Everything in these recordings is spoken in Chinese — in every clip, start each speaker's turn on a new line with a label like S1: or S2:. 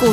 S1: 股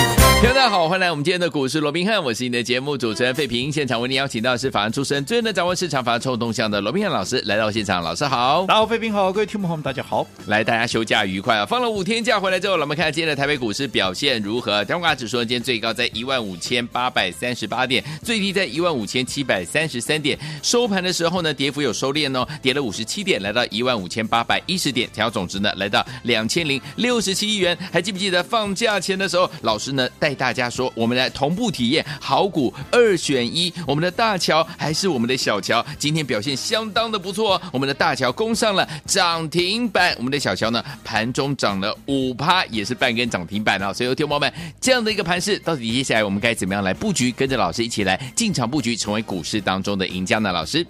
S2: 听众大家好，欢迎来我们今天的股市罗宾汉，我是你的节目主持人费平。现场为您邀请到的是法案出身、最能掌握市场法案臭动向的罗宾汉老师来到现场，老师好。
S3: 大家好，飞平好，各位听众朋友们，大家好。
S2: 来，大家休假愉快啊！放了五天假回来之后，我们看看今天的台北股市表现如何？加权指数呢今天最高在一万五千八百三十八点，最低在一万五千七百三十三点。收盘的时候呢，跌幅有收敛哦，跌了五十七点，来到一万五千八百一十点，成交总值呢来到两千零六十七亿元。还记不记得放假前的时候，老师呢带大家说，我们来同步体验好股二选一，我们的大乔还是我们的小乔，今天表现相当的不错哦。我们的大乔攻上了涨停板，我们的小乔呢盘中涨了五趴，也是半根涨停板啊。所以，有听众朋友们，这样的一个盘势，到底接下来我们该怎么样来布局？跟着老师一起来进场布局，成为股市当中的赢家呢？老师，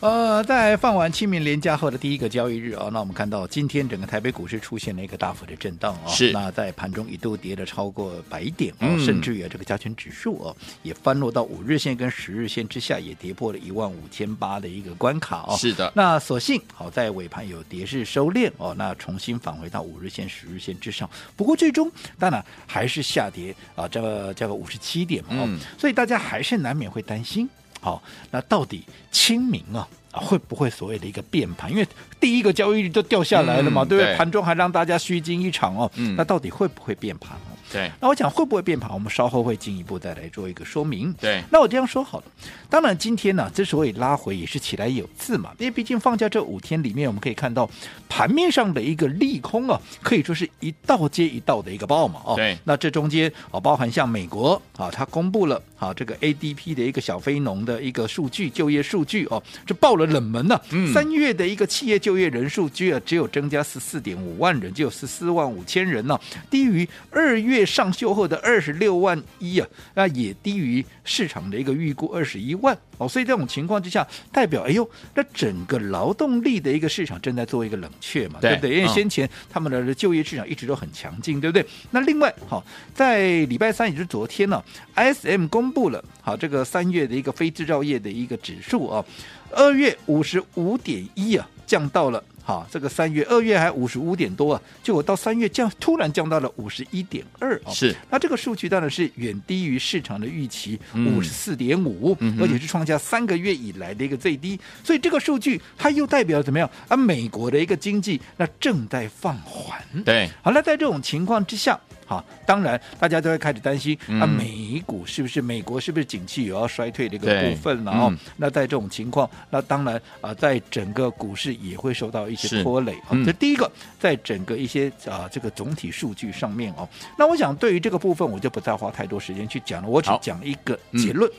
S3: 呃，在放完清明连假后的第一个交易日啊、那我们看到今天整个台北股市出现了一个大幅的震荡啊、
S2: 是
S3: 那在盘中一度跌了超过百点啊、
S2: 嗯
S3: 甚至于啊这个加权指数啊也翻落到五日线跟十日线之下，也跌破了一万五千八的一个关卡哦。
S2: 是的
S3: 那所幸好在尾盘有跌势收敛哦，那重新返回到五日线、十日线之上。不过最终当然还是下跌啊，这个这个五十七点嘛、哦
S2: 嗯
S3: 所以大家还是难免会担心。好，那到底清明啊？啊会不会所谓的一个变盘？因为第一个交易日就掉下来了嘛，
S2: 嗯
S3: 对不对？
S2: 对
S3: 盘中还让大家虚惊一场哦。
S2: 嗯
S3: 那到底会不会变盘哦？
S2: 对
S3: 那我讲会不会变盘，我们稍后会进一步再来做一个说明。
S2: 对
S3: 那我这样说好了。当然，今天呢、之所以拉回也是起来有字嘛，因为毕竟放假这五天里面，我们可以看到盘面上的一个利空啊，可以说是一道接一道的一个爆嘛。哦，
S2: 对
S3: 那这中间啊，包含像美国啊，它公布了啊这个 ADP 的一个小非农的一个数据，就业数据哦，这爆了冷门呢、啊
S2: 嗯
S3: 三月的一个企业就业人数居然只有增加十四点五万人，只有十四万五千人呢、低于二月上修后的二十六万一啊，那也低于市场的一个预估二十一万哦，所以这种情况之下，代表哎呦，那整个劳动力的一个市场正在做一个冷却嘛，
S2: 对
S3: 不对？因为
S2: 嗯
S3: 先前他们的就业市场一直都很强劲，对不对？那另外，好、在礼拜三，也就是昨天呢、ISM 公布了好这个三月的一个非制造业的一个指数啊，二月五十五点一啊，降到了。好，这个三月、二月还五十五点多啊，结果到三月降，突然降到了五十一点二啊。
S2: 是
S3: 那这个数据当然是远低于市场的预期
S2: 嗯
S3: 五十四点五
S2: 嗯，哼
S3: 而且是创下三个月以来的一个最低。所以这个数据它又代表怎么样啊？美国的一个经济那正在放缓。
S2: 对，
S3: 好了，在这种情况之下。好，当然，大家都会开始担心、啊，
S2: 嗯
S3: 美股是不是美国是不是景气有要衰退的一个
S2: 对
S3: 部分了哦？
S2: 嗯
S3: 那在这种情况，那当然啊、在整个股市也会受到一
S2: 是
S3: 些拖累啊。
S2: 嗯
S3: 这第一个，在整个一些啊、这个总体数据上面哦，那我想对于这个部分，我就不再花太多时间去讲了，我只
S2: 好嗯
S3: 讲一个结论。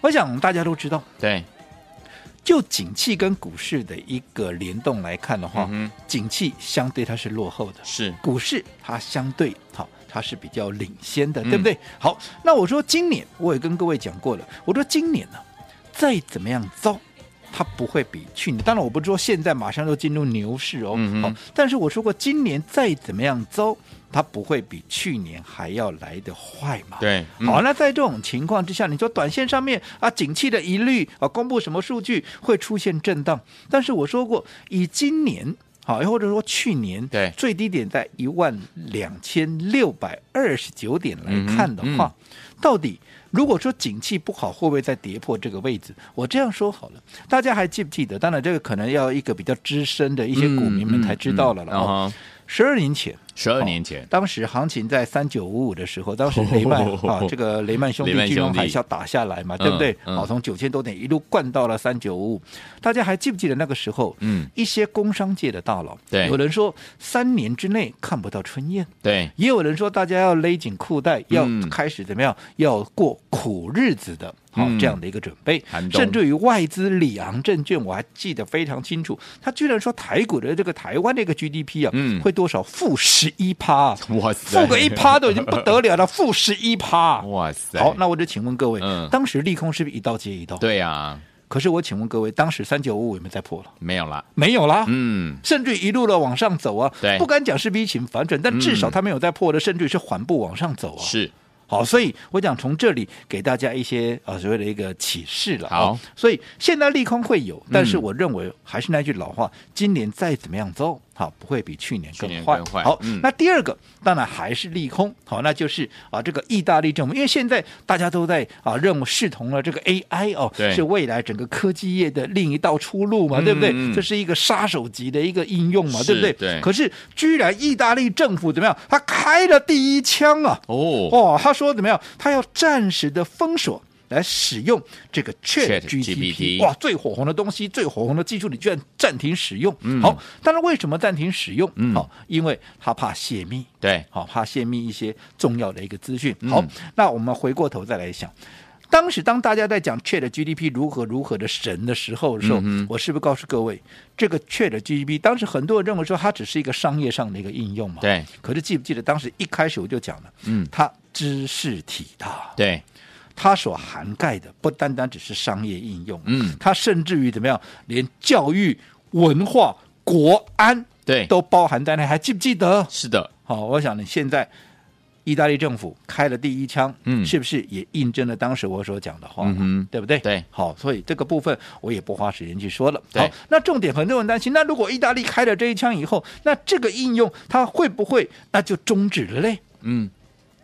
S3: 我想大家都知道，
S2: 对，
S3: 就景气跟股市的一个联动来看的话，
S2: 嗯哼
S3: 景气相对它是落后的，
S2: 是
S3: 股市它相对好，它是比较领先的，
S2: 嗯
S3: 对不对？好，那我说今年我也跟各位讲过了，我说今年呢、再怎么样糟。它不会比去年，当然我不是说现在马上就进入牛市哦，
S2: 嗯哼
S3: 好，但是我说过今年再怎么样糟，它不会比去年还要来的坏嘛，
S2: 对，嗯
S3: 好，那在这种情况之下，你说短线上面啊，景气的疑虑啊，公布什么数据会出现震荡？但是我说过，以今年。好，或者说去年
S2: 对
S3: 最低点在一万两千六百二十九点来
S2: 嗯哼
S3: 看的话，到底如果说景气不好，会不会再跌破这个位置？我这样说好了，大家还记不记得？当然，这个可能要一个比较资深的
S2: 嗯
S3: 一些股民们才知道了了。十二、年前，
S2: 十二年前，
S3: 当时行情在三九五五的时候，当时 雷曼、啊，这个雷曼兄
S2: 雷曼兄弟
S3: 弟金融海啸打下来嘛，
S2: 嗯
S3: 对不对？
S2: 嗯
S3: 好、从九千多点一路灌到了三九五五，大家还记不记得那个时候？
S2: 嗯，
S3: 一些工商界的大佬，
S2: 对
S3: 有人说三年之内看不到春燕，
S2: 对，
S3: 也有人说大家要勒紧裤带，要
S2: 嗯
S3: 开始怎么样，要过苦日子的，好、
S2: 嗯
S3: 这样的一个准备
S2: 寒，冬
S3: 甚至于外资里昂证券，我还记得非常清楚，他居然说台股的这个台湾的一个 GDP 啊，
S2: 嗯
S3: 会多少负十一趴，啊
S2: 哇塞
S3: 负个一趴都已经不得了了，负十一趴。
S2: 哇塞
S3: 好，那我就请问各位，
S2: 嗯
S3: 当时利空是不是一道接一道？
S2: 对啊，
S3: 可是我请问各位，当时三九五五有没有再破了？
S2: 没有了，
S3: 没有啦，
S2: 嗯，
S3: 甚至一路的往上走啊
S2: 对，嗯
S3: 不敢讲是 V 型反转，但至少它没有在破的，甚至是缓步往上走啊。
S2: 是
S3: 好，所以我想从这里给大家一些呃所谓的一个启示了。
S2: 好
S3: 哦所以现在利空会有，但是
S2: 嗯
S3: 我认为还是那句老话，今年再怎么样糟，好不会比去年更
S2: 去年
S3: 坏。
S2: 更坏
S3: 好，
S2: 嗯
S3: 那第二个当然还是利空，好，那就是啊这个意大利政府，因为现在大家都在啊认为视同了这个 AI 哦
S2: 对，
S3: 是未来整个科技业的另一道出路嘛，对不对
S2: 嗯嗯？
S3: 这是一个杀手级的一个应用嘛，对
S2: 是
S3: 不对？
S2: 对
S3: 可是居然意大利政府怎么样？他开了第一枪啊！
S2: 哦，
S3: 哦，他说怎么样？他要暂时的封锁。来使用这个 Chat
S2: ChatGPT
S3: GPT，哇，最火红的东西，最火红的技术，你居然暂停使用。好，但是为什么暂停使用？
S2: 嗯
S3: 好，因为他怕泄密，
S2: 对，
S3: 好，怕泄密一些重要的一个资讯
S2: 嗯。
S3: 好，那我们回过头再来想。当时当大家在讲 Chat GDP 如何如何的神的时候的时候，
S2: 嗯哼
S3: 我是不是告诉各位，这个 Chat GDP 当时很多人认为说它只是一个商业上的一个应用嘛？
S2: 对，
S3: 可是记不记得当时一开始我就讲了，
S2: 嗯
S3: 它知识体大，
S2: 对，
S3: 它所涵盖的不单单只是商业应用，
S2: 嗯
S3: 它甚至于怎么样，连教育、文化、国安
S2: 对，
S3: 都包含在内，还记不记得？
S2: 是的，
S3: 好，我想你现在意大利政府开了第一枪，
S2: 嗯
S3: 是不是也印证了当时我所讲的话嘛？
S2: 嗯哼
S3: 对不对？
S2: 对
S3: 好，所以这个部分我也不花时间去说了。
S2: 对
S3: 好，那重点很多人担心，那如果意大利开了这一枪以后，那这个应用它会不会那就终止了嘞？
S2: 嗯，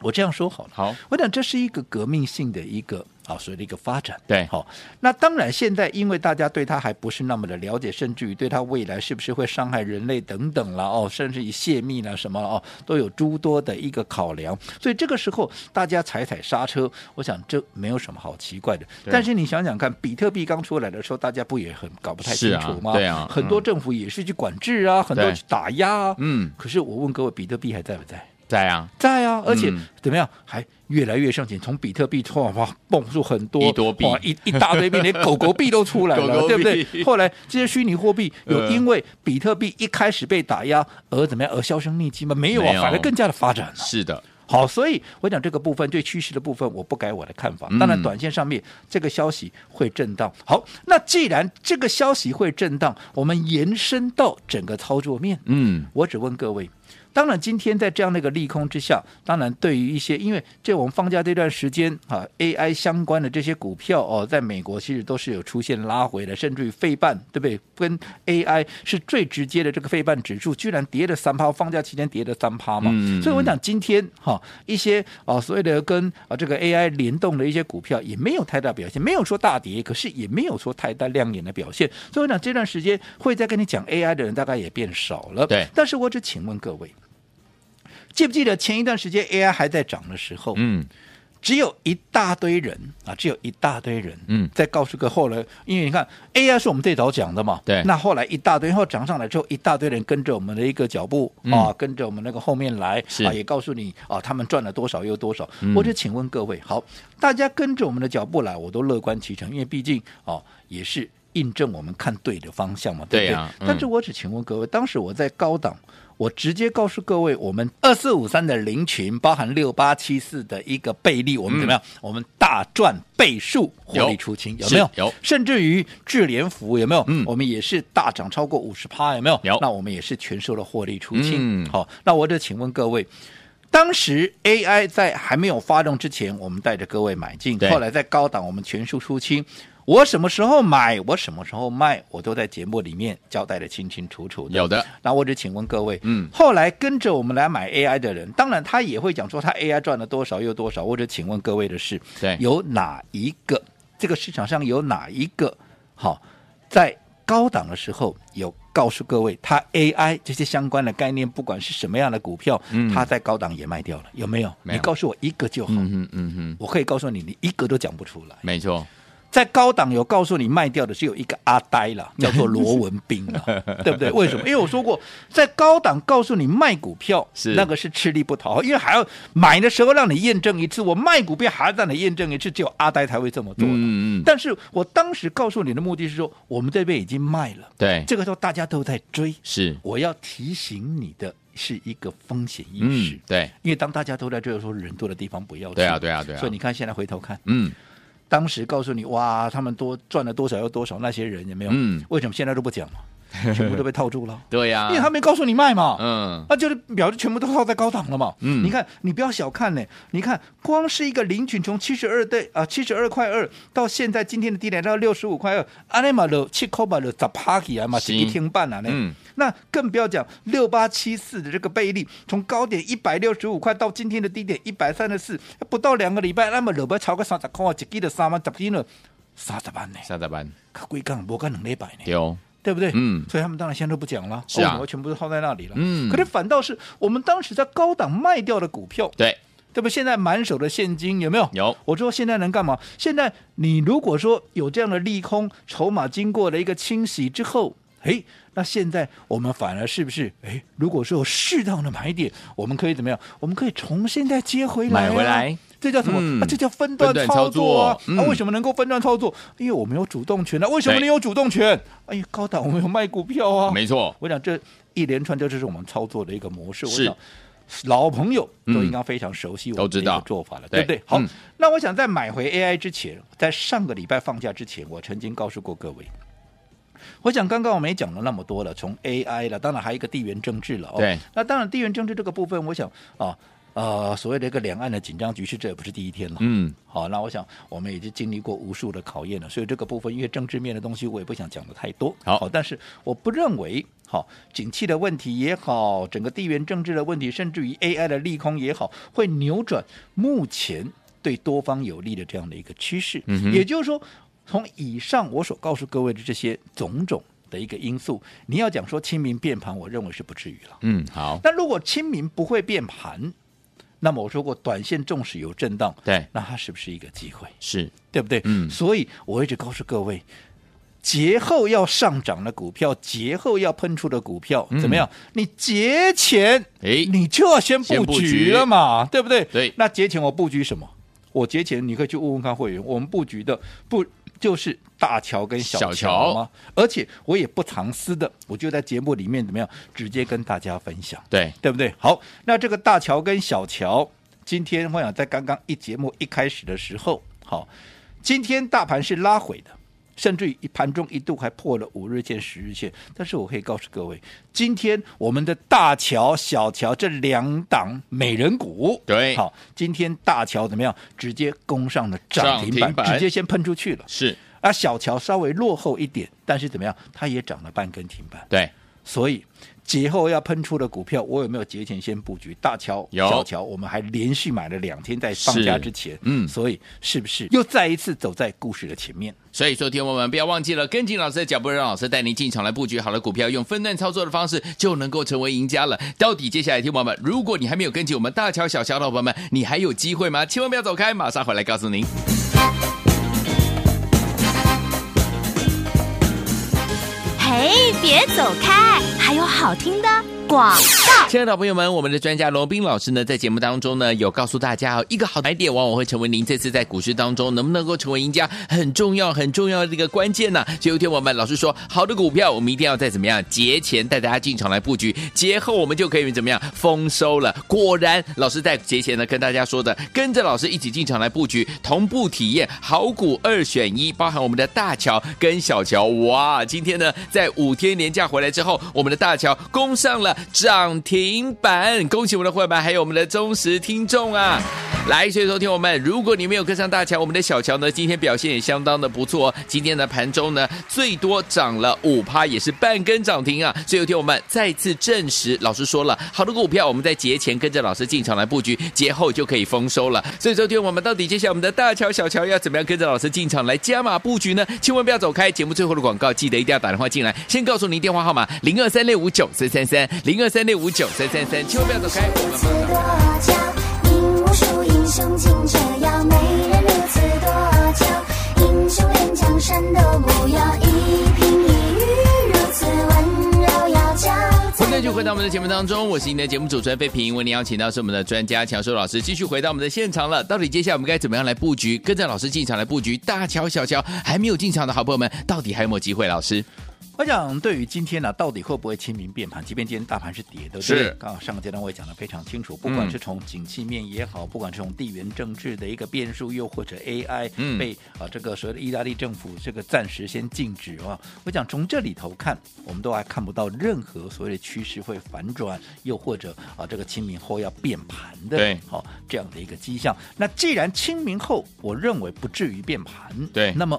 S3: 我这样说好了，
S2: 好，
S3: 我想这是一个革命性的一个啊，所谓的一个发展。
S2: 对
S3: 好、那当然现在因为大家对它还不是那么的了解，甚至于对它未来是不是会伤害人类等等了哦，甚至于泄密了什么了哦，都有诸多的一个考量，所以这个时候大家踩踩刹车，我想这没有什么好奇怪的。
S2: 对
S3: 但是你想想看，比特币刚出来的时候，大家不也很搞不太
S2: 是
S3: 清
S2: 啊
S3: 楚吗？
S2: 对啊
S3: 很多政府也是去管制啊，很多
S2: 对
S3: 去打压啊。
S2: 嗯，
S3: 可是我问各位，比特币还在不在？
S2: 在啊，
S3: 在啊，而且、
S2: 嗯
S3: 怎么样，还越来越盛行。从比特币突然哇蹦出很多
S2: 一多币
S3: 哇一一大堆币，连狗 狗币都出来了，
S2: 狗狗币
S3: 对不对？后来这些虚拟货币有
S2: 呃
S3: 因为比特币一开始被打压而怎么样而销声匿迹吗？没有啊，
S2: 没有
S3: 反而更加的发展了、
S2: 是的，
S3: 好，所以我讲这个部分对趋势的部分，我不改我的看法
S2: 嗯。
S3: 当然，短线上面这个消息会震荡。好，那既然这个消息会震荡，我们延伸到整个操作面。
S2: 嗯，
S3: 我只问各位，当然今天在这样的一个利空之下，当然对于一些因为这我们放假这段时间啊，AI 相关的这些股票哦，在美国其实都是有出现拉回的，甚至于费半对不对？跟 AI 是最直接的这个费半指数居然跌了三趴，放假期间跌了三趴嘛，
S2: 嗯
S3: 所以我讲今天哈、一些啊所谓的跟啊这个 AI 联动的一些股票也没有太大表现，没有说大跌，可是也没有说太大亮眼的表现，所以我讲这段时间会再跟你讲 AI 的人大概也变少了，
S2: 对
S3: 但是我只请问各位，记不记得前一段时间 AI 还在涨的时候，
S2: 嗯，
S3: 只有一大堆人啊，只有一大堆人，
S2: 嗯
S3: 在告诉个后来，因为你看 AI 是我们最早讲的嘛，
S2: 对
S3: 那后来一大堆，然后涨上来之后，一大堆人跟着我们的一个脚步、
S2: 嗯
S3: 啊，跟着我们那个后面来
S2: 是嗯
S3: 啊，也告诉你啊，他们赚了多少又多少。我只请问各位，好，大家跟着我们的脚步来，我都乐观其成，因为毕竟啊，也是印证我们看对的方向嘛，不
S2: 对
S3: 对？
S2: 啊嗯
S3: 但是我只请问各位，当时我在高档，我直接告诉各位，我们二四五三的零群，包含六八七四的一个倍利，我们怎么样？我们大赚倍数获利出清，
S2: 嗯有
S3: 有没有？
S2: 是有
S3: 甚至于智联服有没有？
S2: 嗯
S3: 我们也是大涨超过五十趴，有没有？
S2: 有
S3: 那我们也是全数的获利出清。
S2: 嗯
S3: 好，那我只请问各位。当时 AI 在还没有发动之前，我们带着各位买进，
S2: 对
S3: 后来在高档我们全数出清。我什么时候买，我什么时候卖，我都在节目里面交代的清清楚楚的。
S2: 有的，
S3: 那我只请问各位，
S2: 嗯
S3: 后来跟着我们来买 AI 的人，当然他也会讲说他 AI 赚了多少又多少。我只请问各位的是，
S2: 对
S3: 有哪一个这个市场上有哪一个好在高档的时候有告诉各位，它 AI 这些相关的概念，不管是什么样的股票，
S2: 嗯
S3: 它在高档也卖掉了，有没有？
S2: 没有
S3: 你告诉我一个就好，
S2: 嗯哼，嗯哼，
S3: 我可以告诉你，你一个都讲不出来。
S2: 没错，
S3: 在高档有告诉你卖掉的只有一个阿呆 了，叫做罗文斌了，对不对？为什么？因为我说过，在高档告诉你卖股票，
S2: 是
S3: 那个是吃力不讨好，因为还要买的时候让你验证一次，我卖股票还要让你验证一次，只有阿呆才会这么做的。
S2: 嗯嗯，
S3: 但是我当时告诉你的目的是说，我们这边已经卖了，
S2: 对，
S3: 这个时候大家都在追，
S2: 是，
S3: 我要提醒你的是一个风险意识，
S2: 嗯，对，
S3: 因为当大家都在追的时候，人多的地方不要去。
S2: 对啊，对啊，对啊
S3: 所以，你看现在回头看。
S2: 嗯，
S3: 当时告诉你哇，他们多赚了多少要多少，那些人有没有？
S2: 嗯啊
S3: 为什么现在都不讲 嘛？全部都被套住了，
S2: 对呀、
S3: 因为他没告诉你卖嘛。
S2: 嗯
S3: 那就是表示全部都套在高档了嘛。
S2: 嗯
S3: 你看，你不要小看呢、你看光是一个林群从七十二对啊七十二块二到现在今天的低点到六十五块二，阿内马勒七扣马勒咋趴起来嘛？
S2: 是
S3: 是一天半啊呢。
S2: 嗯
S3: 那更不要讲六八七四的这个倍率，从高点一百六十五块到今天的低点一百三十四，不到两个礼拜，那么勒巴超过三十块，一记的三万，十斤了三十万呢，
S2: 下大班
S3: 可贵杠，无干两礼拜呢。
S2: 丢，
S3: 对不对？
S2: 嗯
S3: 所以他们当然现在都不讲了，
S2: 是啊
S3: 哦我全部都套在那里了。
S2: 嗯
S3: 可是反倒是我们当时在高档卖掉的股票，
S2: 对，
S3: 对不对？现在满手的现金有没有？
S2: 有
S3: 我说现在能干嘛？现在你如果说有这样的利空筹码经过了一个清洗之后。哎，那现在我们反而是不是？哎，如果说有适当的买点，我们可以怎么样？我们可以重新再接回来、啊，
S2: 买回来，
S3: 这叫什么？
S2: 嗯
S3: 啊、这叫分段
S2: 分段
S3: 操
S2: 操
S3: 作啊！
S2: 作嗯
S3: 啊，为什么能够分段操作？因为我们有主动权啊。为什么
S2: 对
S3: 你有主动权？哎呀，高档我们有卖股票啊。
S2: 没错，
S3: 我想这一连串这就是我们操作的一个模式。我
S2: 是
S3: 想老朋友都
S2: 嗯
S3: 应该非常熟悉我
S2: 都
S3: 们
S2: 知
S3: 的一
S2: 道
S3: 个做法了，
S2: 对
S3: 对不对？好
S2: 嗯，
S3: 那我想在买回 AI 之前，在上个礼拜放假之前，我曾经告诉过各位。我想刚刚我们也讲了那么多了，从 AI 了，当然还有一个地缘政治了哦。
S2: 对，
S3: 那当然地缘政治这个部分，我想啊呃所谓的一个两岸的紧张局势，这也不是第一天了。
S2: 嗯，
S3: 好，那我想我们已经经历过无数的考验了，所以这个部分因为政治面的东西，我也不想讲的太多。
S2: 好
S3: 但是我不认为，好，景气的问题也好，整个地缘政治的问题，甚至于 AI 的利空也好，会扭转目前对多方有利的这样的一个趋势。
S2: 嗯哼
S3: 也就是说，从以上我所告诉各位的这些种种的一个因素，你要讲说清明变盘，我认为是不至于了。
S2: 嗯，好，
S3: 但如果清明不会变盘，那么我说过，短线纵使有震荡，
S2: 对，
S3: 那它是不是一个机会？
S2: 是，
S3: 对不对？
S2: 嗯
S3: 所以我一直告诉各位，节后要上涨的股票，节后要喷出的股票，
S2: 嗯
S3: 怎么样？你节前，
S2: 哎
S3: 你就要先
S2: 先
S3: 布
S2: 布
S3: 局
S2: 局
S3: 了嘛，对不对？
S2: 对
S3: 那节前我布局什么？我节前你可以去问问看会员，我们布局的不就是大乔跟小
S2: 小
S3: 乔
S2: 乔
S3: 吗？而且我也不藏私的，我就在节目里面怎么样，直接跟大家分享。
S2: 对，
S3: 对不对？好，那这个大乔跟小乔，今天我想在刚刚一节目一开始的时候，好，今天大盘是拉回的，甚至于一盘中一度还破了五日线、十日线，但是我可以告诉各位，今天我们的大乔、小乔这两档美人股，
S2: 对
S3: 好，今天大乔怎么样？直接攻上了涨停
S2: 涨停
S3: 板，
S2: 板
S3: 直接先喷出去了。
S2: 是，
S3: 啊，小乔稍微落后一点，但是怎么样？它也涨了半根停板。
S2: 对，
S3: 所以节后要喷出的股票，我有没有节前先布局？大乔、
S2: 有
S3: 小乔，我们还连续买了两天，在放假
S2: 是
S3: 之前，
S2: 嗯
S3: 所以是不是又再一次走在故事的前面？
S2: 所以，说，天我们不要忘记了跟紧老师的脚步，让老师带您进场来布局好的股票，用分段操作的方式就能够成为赢家了。到底接下来，听友们，如果你还没有跟紧我们大乔、小乔的伙伴们，你还有机会吗？千万不要走开，马上回来告诉您。
S1: 嘿，别走开，还有好听的广。
S2: 亲爱的朋友们，我们的专家罗斌老师呢，在节目当中呢，有告诉大家哦，一个好买点往往会成为您这次在股市当中能不能够成为赢家很重要、很重要的一个关键呐。所以有一天我们老师说，好的股票我们一定要在怎么样节前带大家进场来布局，节后我们就可以怎么样丰收了。果然，老师在节前呢跟大家说的，跟着老师一起进场来布局，同步体验好股二选一，包含我们的大乔跟小乔。哇，今天呢在五天连假回来之后，我们的大乔攻上了涨停板，恭喜我们的会员们，还有我们的忠实听众啊！来，所以说，听我们，如果你没有跟上大乔，我们的小乔呢，今天表现也相当的不错、哦。今天的盘中呢，最多涨了五趴，也是半根涨停啊。所以，听我们再次证实，老师说了，好的股票我们在节前跟着老师进场来布局，节后就可以丰收了。所以，说，听我们到底接下来我们的大乔、小乔要怎么样跟着老师进场来加码布局呢？千万不要走开，节目最后的广告记得一定要打电话进来，先告诉您电话号码零二三六五九三三三零二三六五九三三三，千万不要走开，我们
S4: 如
S2: 马
S4: 此
S2: 上回来
S4: 多娇，引无数英雄竞折腰，美人如此多娇，英雄连江山都不要，一颦一语如此温柔要娇。
S2: 欢迎继续回到我们的节目当中，我是您的节目主持人费平，为您邀请到是我们的专家强硕老师，继续回到我们的现场了。到底接下来我们该怎么样来布局？跟着老师进场来布局，大乔小乔还没有进场的好朋友们，到底还有没有机会？老师，
S3: 我想，对于今天呢、到底会不会清明变盘？即便今天大盘是跌的，
S2: 是
S3: 对不对刚好上个阶段我也讲的非常清楚，不管
S2: 嗯
S3: 是从景气面也好，不管是从地缘政治的一个变数，又或者 AI
S2: 嗯
S3: 被啊、这个所谓的意大利政府这个暂时先禁止啊，我讲从这里头看，我们都还看不到任何所谓的趋势会反转，又或者啊这个清明后要变盘的，
S2: 对
S3: 好、这样的一个迹象。那既然清明后，我认为不至于变盘，
S2: 对
S3: 那么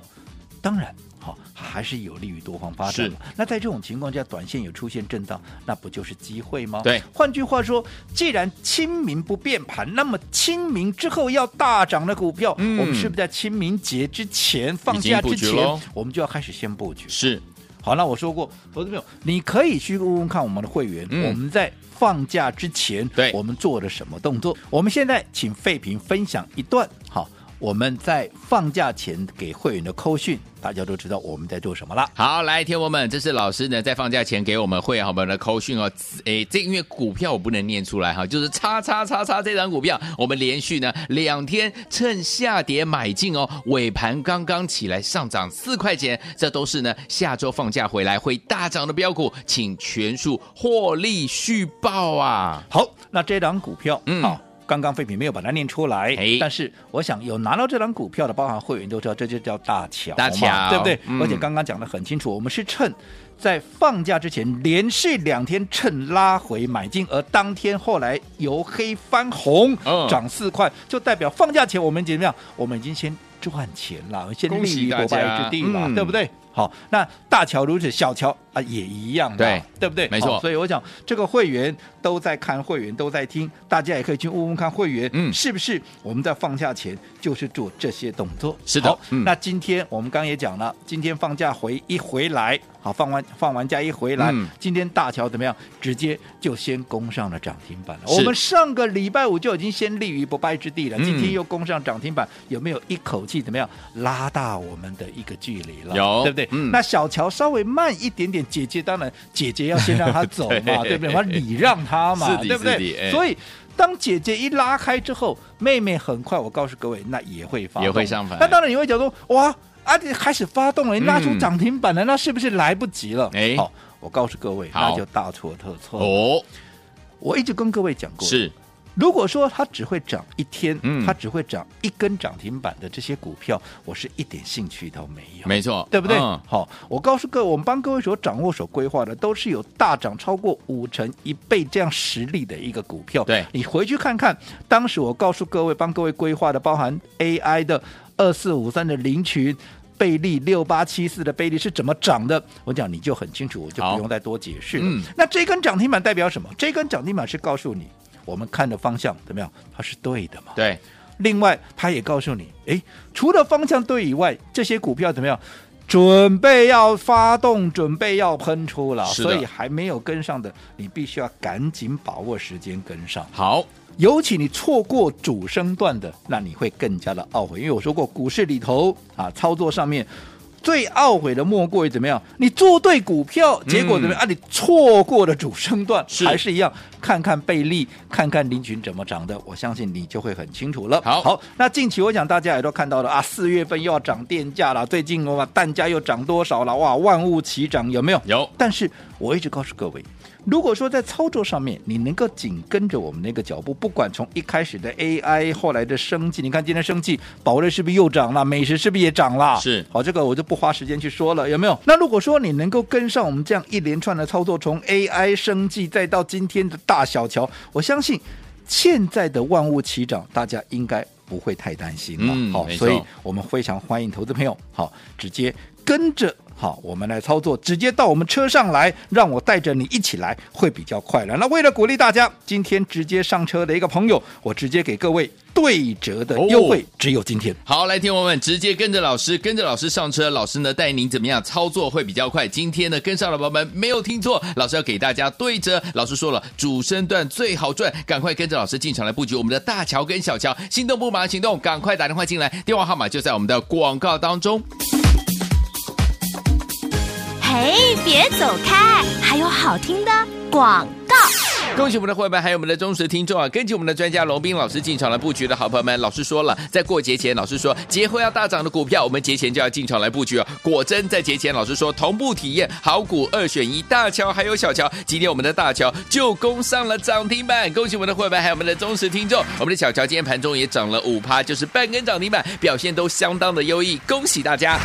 S3: 当然。好，还是有利于多方发展
S2: 是
S3: 嘛。那在这种情况下，短线有出现震荡，那不就是机会吗？
S2: 对
S3: 换句话说，既然清明不变盘，那么清明之后要大涨的股票，
S2: 嗯
S3: 我们是不是在清明节之前放假
S2: 已经布
S3: 之前
S2: 局喽，
S3: 我们就要开始先布局？
S2: 是
S3: 好，那我说过，投资朋友，你可以去问问看我们的会员，
S2: 嗯
S3: 我们在放假之前，
S2: 对
S3: 我们做了什么动作？我们现在请费平分享一段，好，我们在放假前给会员的扣讯，大家都知道我们在做什么了。
S2: 好，来，天友们，这是老师呢在放假前给我们会员好朋友的扣讯哦。诶，这因为股票我不能念出来哈，就是叉叉叉叉这张股票，我们连续呢两天趁下跌买进哦，尾盘刚刚起来上涨四块钱，这都是呢下周放假回来会大涨的标股，请全数获利续报啊！
S3: 好，那这档股票，
S2: 嗯
S3: 好。刚刚废品没有把它念出来
S2: 哎，
S3: 但是我想有拿到这张股票的，包含会员都知道，这就叫大巧嘛，
S2: 大巧
S3: 对不对？
S2: 嗯
S3: 而且刚刚讲的很清楚，我们是趁在放假之前连续两天趁拉回买进，而当天后来由黑翻红，
S2: 嗯
S3: 涨四块，就代表放假前我们怎么样？我们已经先赚钱了，先
S2: 恭喜
S3: 立于
S2: 大
S3: 不败
S2: 家
S3: 之地了，
S2: 嗯
S3: 对不对？好，那大巧如此，小巧啊也一样嘛，
S2: 对
S3: 对不对？
S2: 没错
S3: 好所以我讲这个会员都在看，会员都在听，大家也可以去问问看会员，
S2: 嗯
S3: 是不是我们在放假前就是做这些动作？
S2: 是的
S3: 好
S2: 嗯
S3: 那今天我们刚刚也讲了，今天放假回一回来，好，放完放完假一回来，
S2: 嗯
S3: 今天大乔怎么样？直接就先攻上了涨停板了。
S2: 是
S3: 我们上个礼拜五就已经先立于不败之地了，
S2: 嗯
S3: 今天又攻上涨停板，有没有一口气怎么样拉大我们的一个距离了？
S2: 有
S3: 对不对？
S2: 嗯
S3: 那小乔稍微慢一点点，姐姐当然姐姐要先让她走 嘛，
S2: 对
S3: 对不对？我要礼让她
S2: 是的
S3: 嘛，对不
S2: 是的哎
S3: 对？所以。当姐姐一拉开之后，妹妹很快，我告诉各位，那也会发动
S2: 也会上反
S3: 那当然你会讲说，哇，啊，你开始发动了，你拉出
S2: 嗯
S3: 涨停板了，那是不是来不及了？
S2: 哎
S3: 好，我告诉各位，
S2: 好
S3: 那就大错特错。
S2: 哦，
S3: 我一直跟各位讲过，
S2: 是
S3: 如果说它只会涨一天，
S2: 嗯
S3: 它只会涨一根涨停板的这些股票，我是一点兴趣都没有。
S2: 没错，
S3: 对不对？
S2: 嗯
S3: 好，我告诉各位，我们帮各位所掌握、所规划的，都是有大涨超过五成、一倍这样实力的一个股票。
S2: 对
S3: 你回去看看，当时我告诉各位，帮各位规划的，包含 AI 的二四五三的林群。贝利六八七四的贝利是怎么涨的？我讲你就很清楚，我就
S2: 好
S3: 不用再多解释了。
S2: 嗯
S3: 那这根涨停板代表什么？这根涨停板是告诉你，我们看的方向怎么样，它是对的嘛？
S2: 对，
S3: 另外，他也告诉你，诶，除了方向对以外，这些股票怎么样？准备要发动，准备要喷出了，
S2: 是的
S3: 所以还没有跟上的，你必须要赶紧把握时间跟上。
S2: 好，
S3: 尤其你错过主升段的，那你会更加的懊悔。因为我说过，股市里头啊，操作上面最懊悔的莫过于怎么样？你做对股票，结果怎么样、啊？你错过了主升段，
S2: 嗯是
S3: 还是一样？看看贝利，看看林群怎么涨的，我相信你就会很清楚了。
S2: 好
S3: 那近期我想大家也都看到了啊，四月份又要涨电价了，最近哇，蛋价又涨多少了？哇，万物齐涨，有没有？
S2: 有
S3: 但是我一直告诉各位，如果说在操作上面你能够紧跟着我们那个脚步，不管从一开始的 AI，后来的生计，你看今天生计宝瑞是不是又涨了？美食是不是也涨了？
S2: 是
S3: 好，这个我就不花时间去说了，有没有？那如果说你能够跟上我们这样一连串的操作，从 AI 生计再到今天的大小乔，我相信现在的万物齐涨，大家应该不会太担心了。
S2: 嗯
S3: 好，
S2: 没错
S3: 所以我们非常欢迎投资朋友，好，直接跟着。好，我们来操作，直接到我们车上来，让我带着你一起来，会比较快了。那为了鼓励大家，今天直接上车的一个朋友，我直接给各位对折的优惠，只有今天。
S2: 好，来，听友们，直接跟着老师，跟着老师上车，老师呢带您怎么样操作会比较快。今天呢跟上了宝宝们，没有听错，老师要给大家对折。老师说了，主升段最好赚，赶快跟着老师进场来布局我们的大乔跟小乔，心动不马上行动，赶快打电话进来，电话号码就在我们的广告当中。
S1: 嘿，别走开，还有好听的广告。
S2: 恭喜我们的伙伴，还有我们的忠实听众啊！根据我们的专家龙斌老师进场来布局的好朋友们，老师说了，在过节前，老师说节后要大涨的股票，我们节前就要进场来布局哦。果真在节前，老师说同步体验好股二选一，大乔还有小乔。今天我们的大乔就攻上了涨停板，恭喜我们的伙伴，还有我们的忠实听众。我们的小乔今天盘中也涨了五趴，就是半根涨停板，表现都相当的优异，恭喜大家！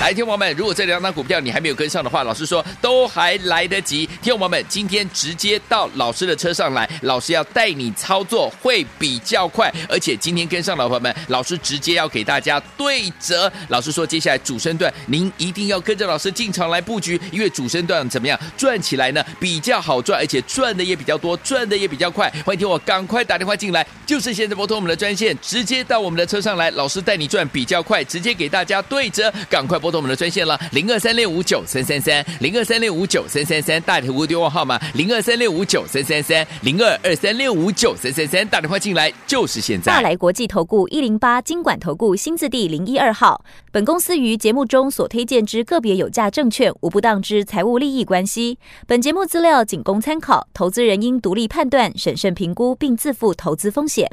S2: 来，天王们，如果这两档股票你还没有跟上的话，老师说都还来得及。天王们，今天直接到老师的车上来，老师要带你操作会比较快，而且今天跟上的伙伴们，老师直接要给大家对折。老师说，接下来主升段您一定要跟着老师进场来布局，因为主升段怎么样赚起来呢？比较好赚，而且赚的也比较多，赚的也比较快。欢迎听我赶快打电话进来，就是现在拨通我们的专线，直接到我们的车上来，老师带你赚比较快，直接给大家对折，赶快拨通我们的专线了，零二三六五九三三三，零二三六五九三三三，大铁屋电话号码零二三六五九三三三，零二二三六五九三三三，打电话进来就是现在
S1: 大。来国际投顾一零八金管投顾新字第零一二号。本公司于节目中所推荐之个别有价证券，无不当之财务利益关系。本节目资料仅供参考，投资人应独立判断、审慎评估，并自负投资风险。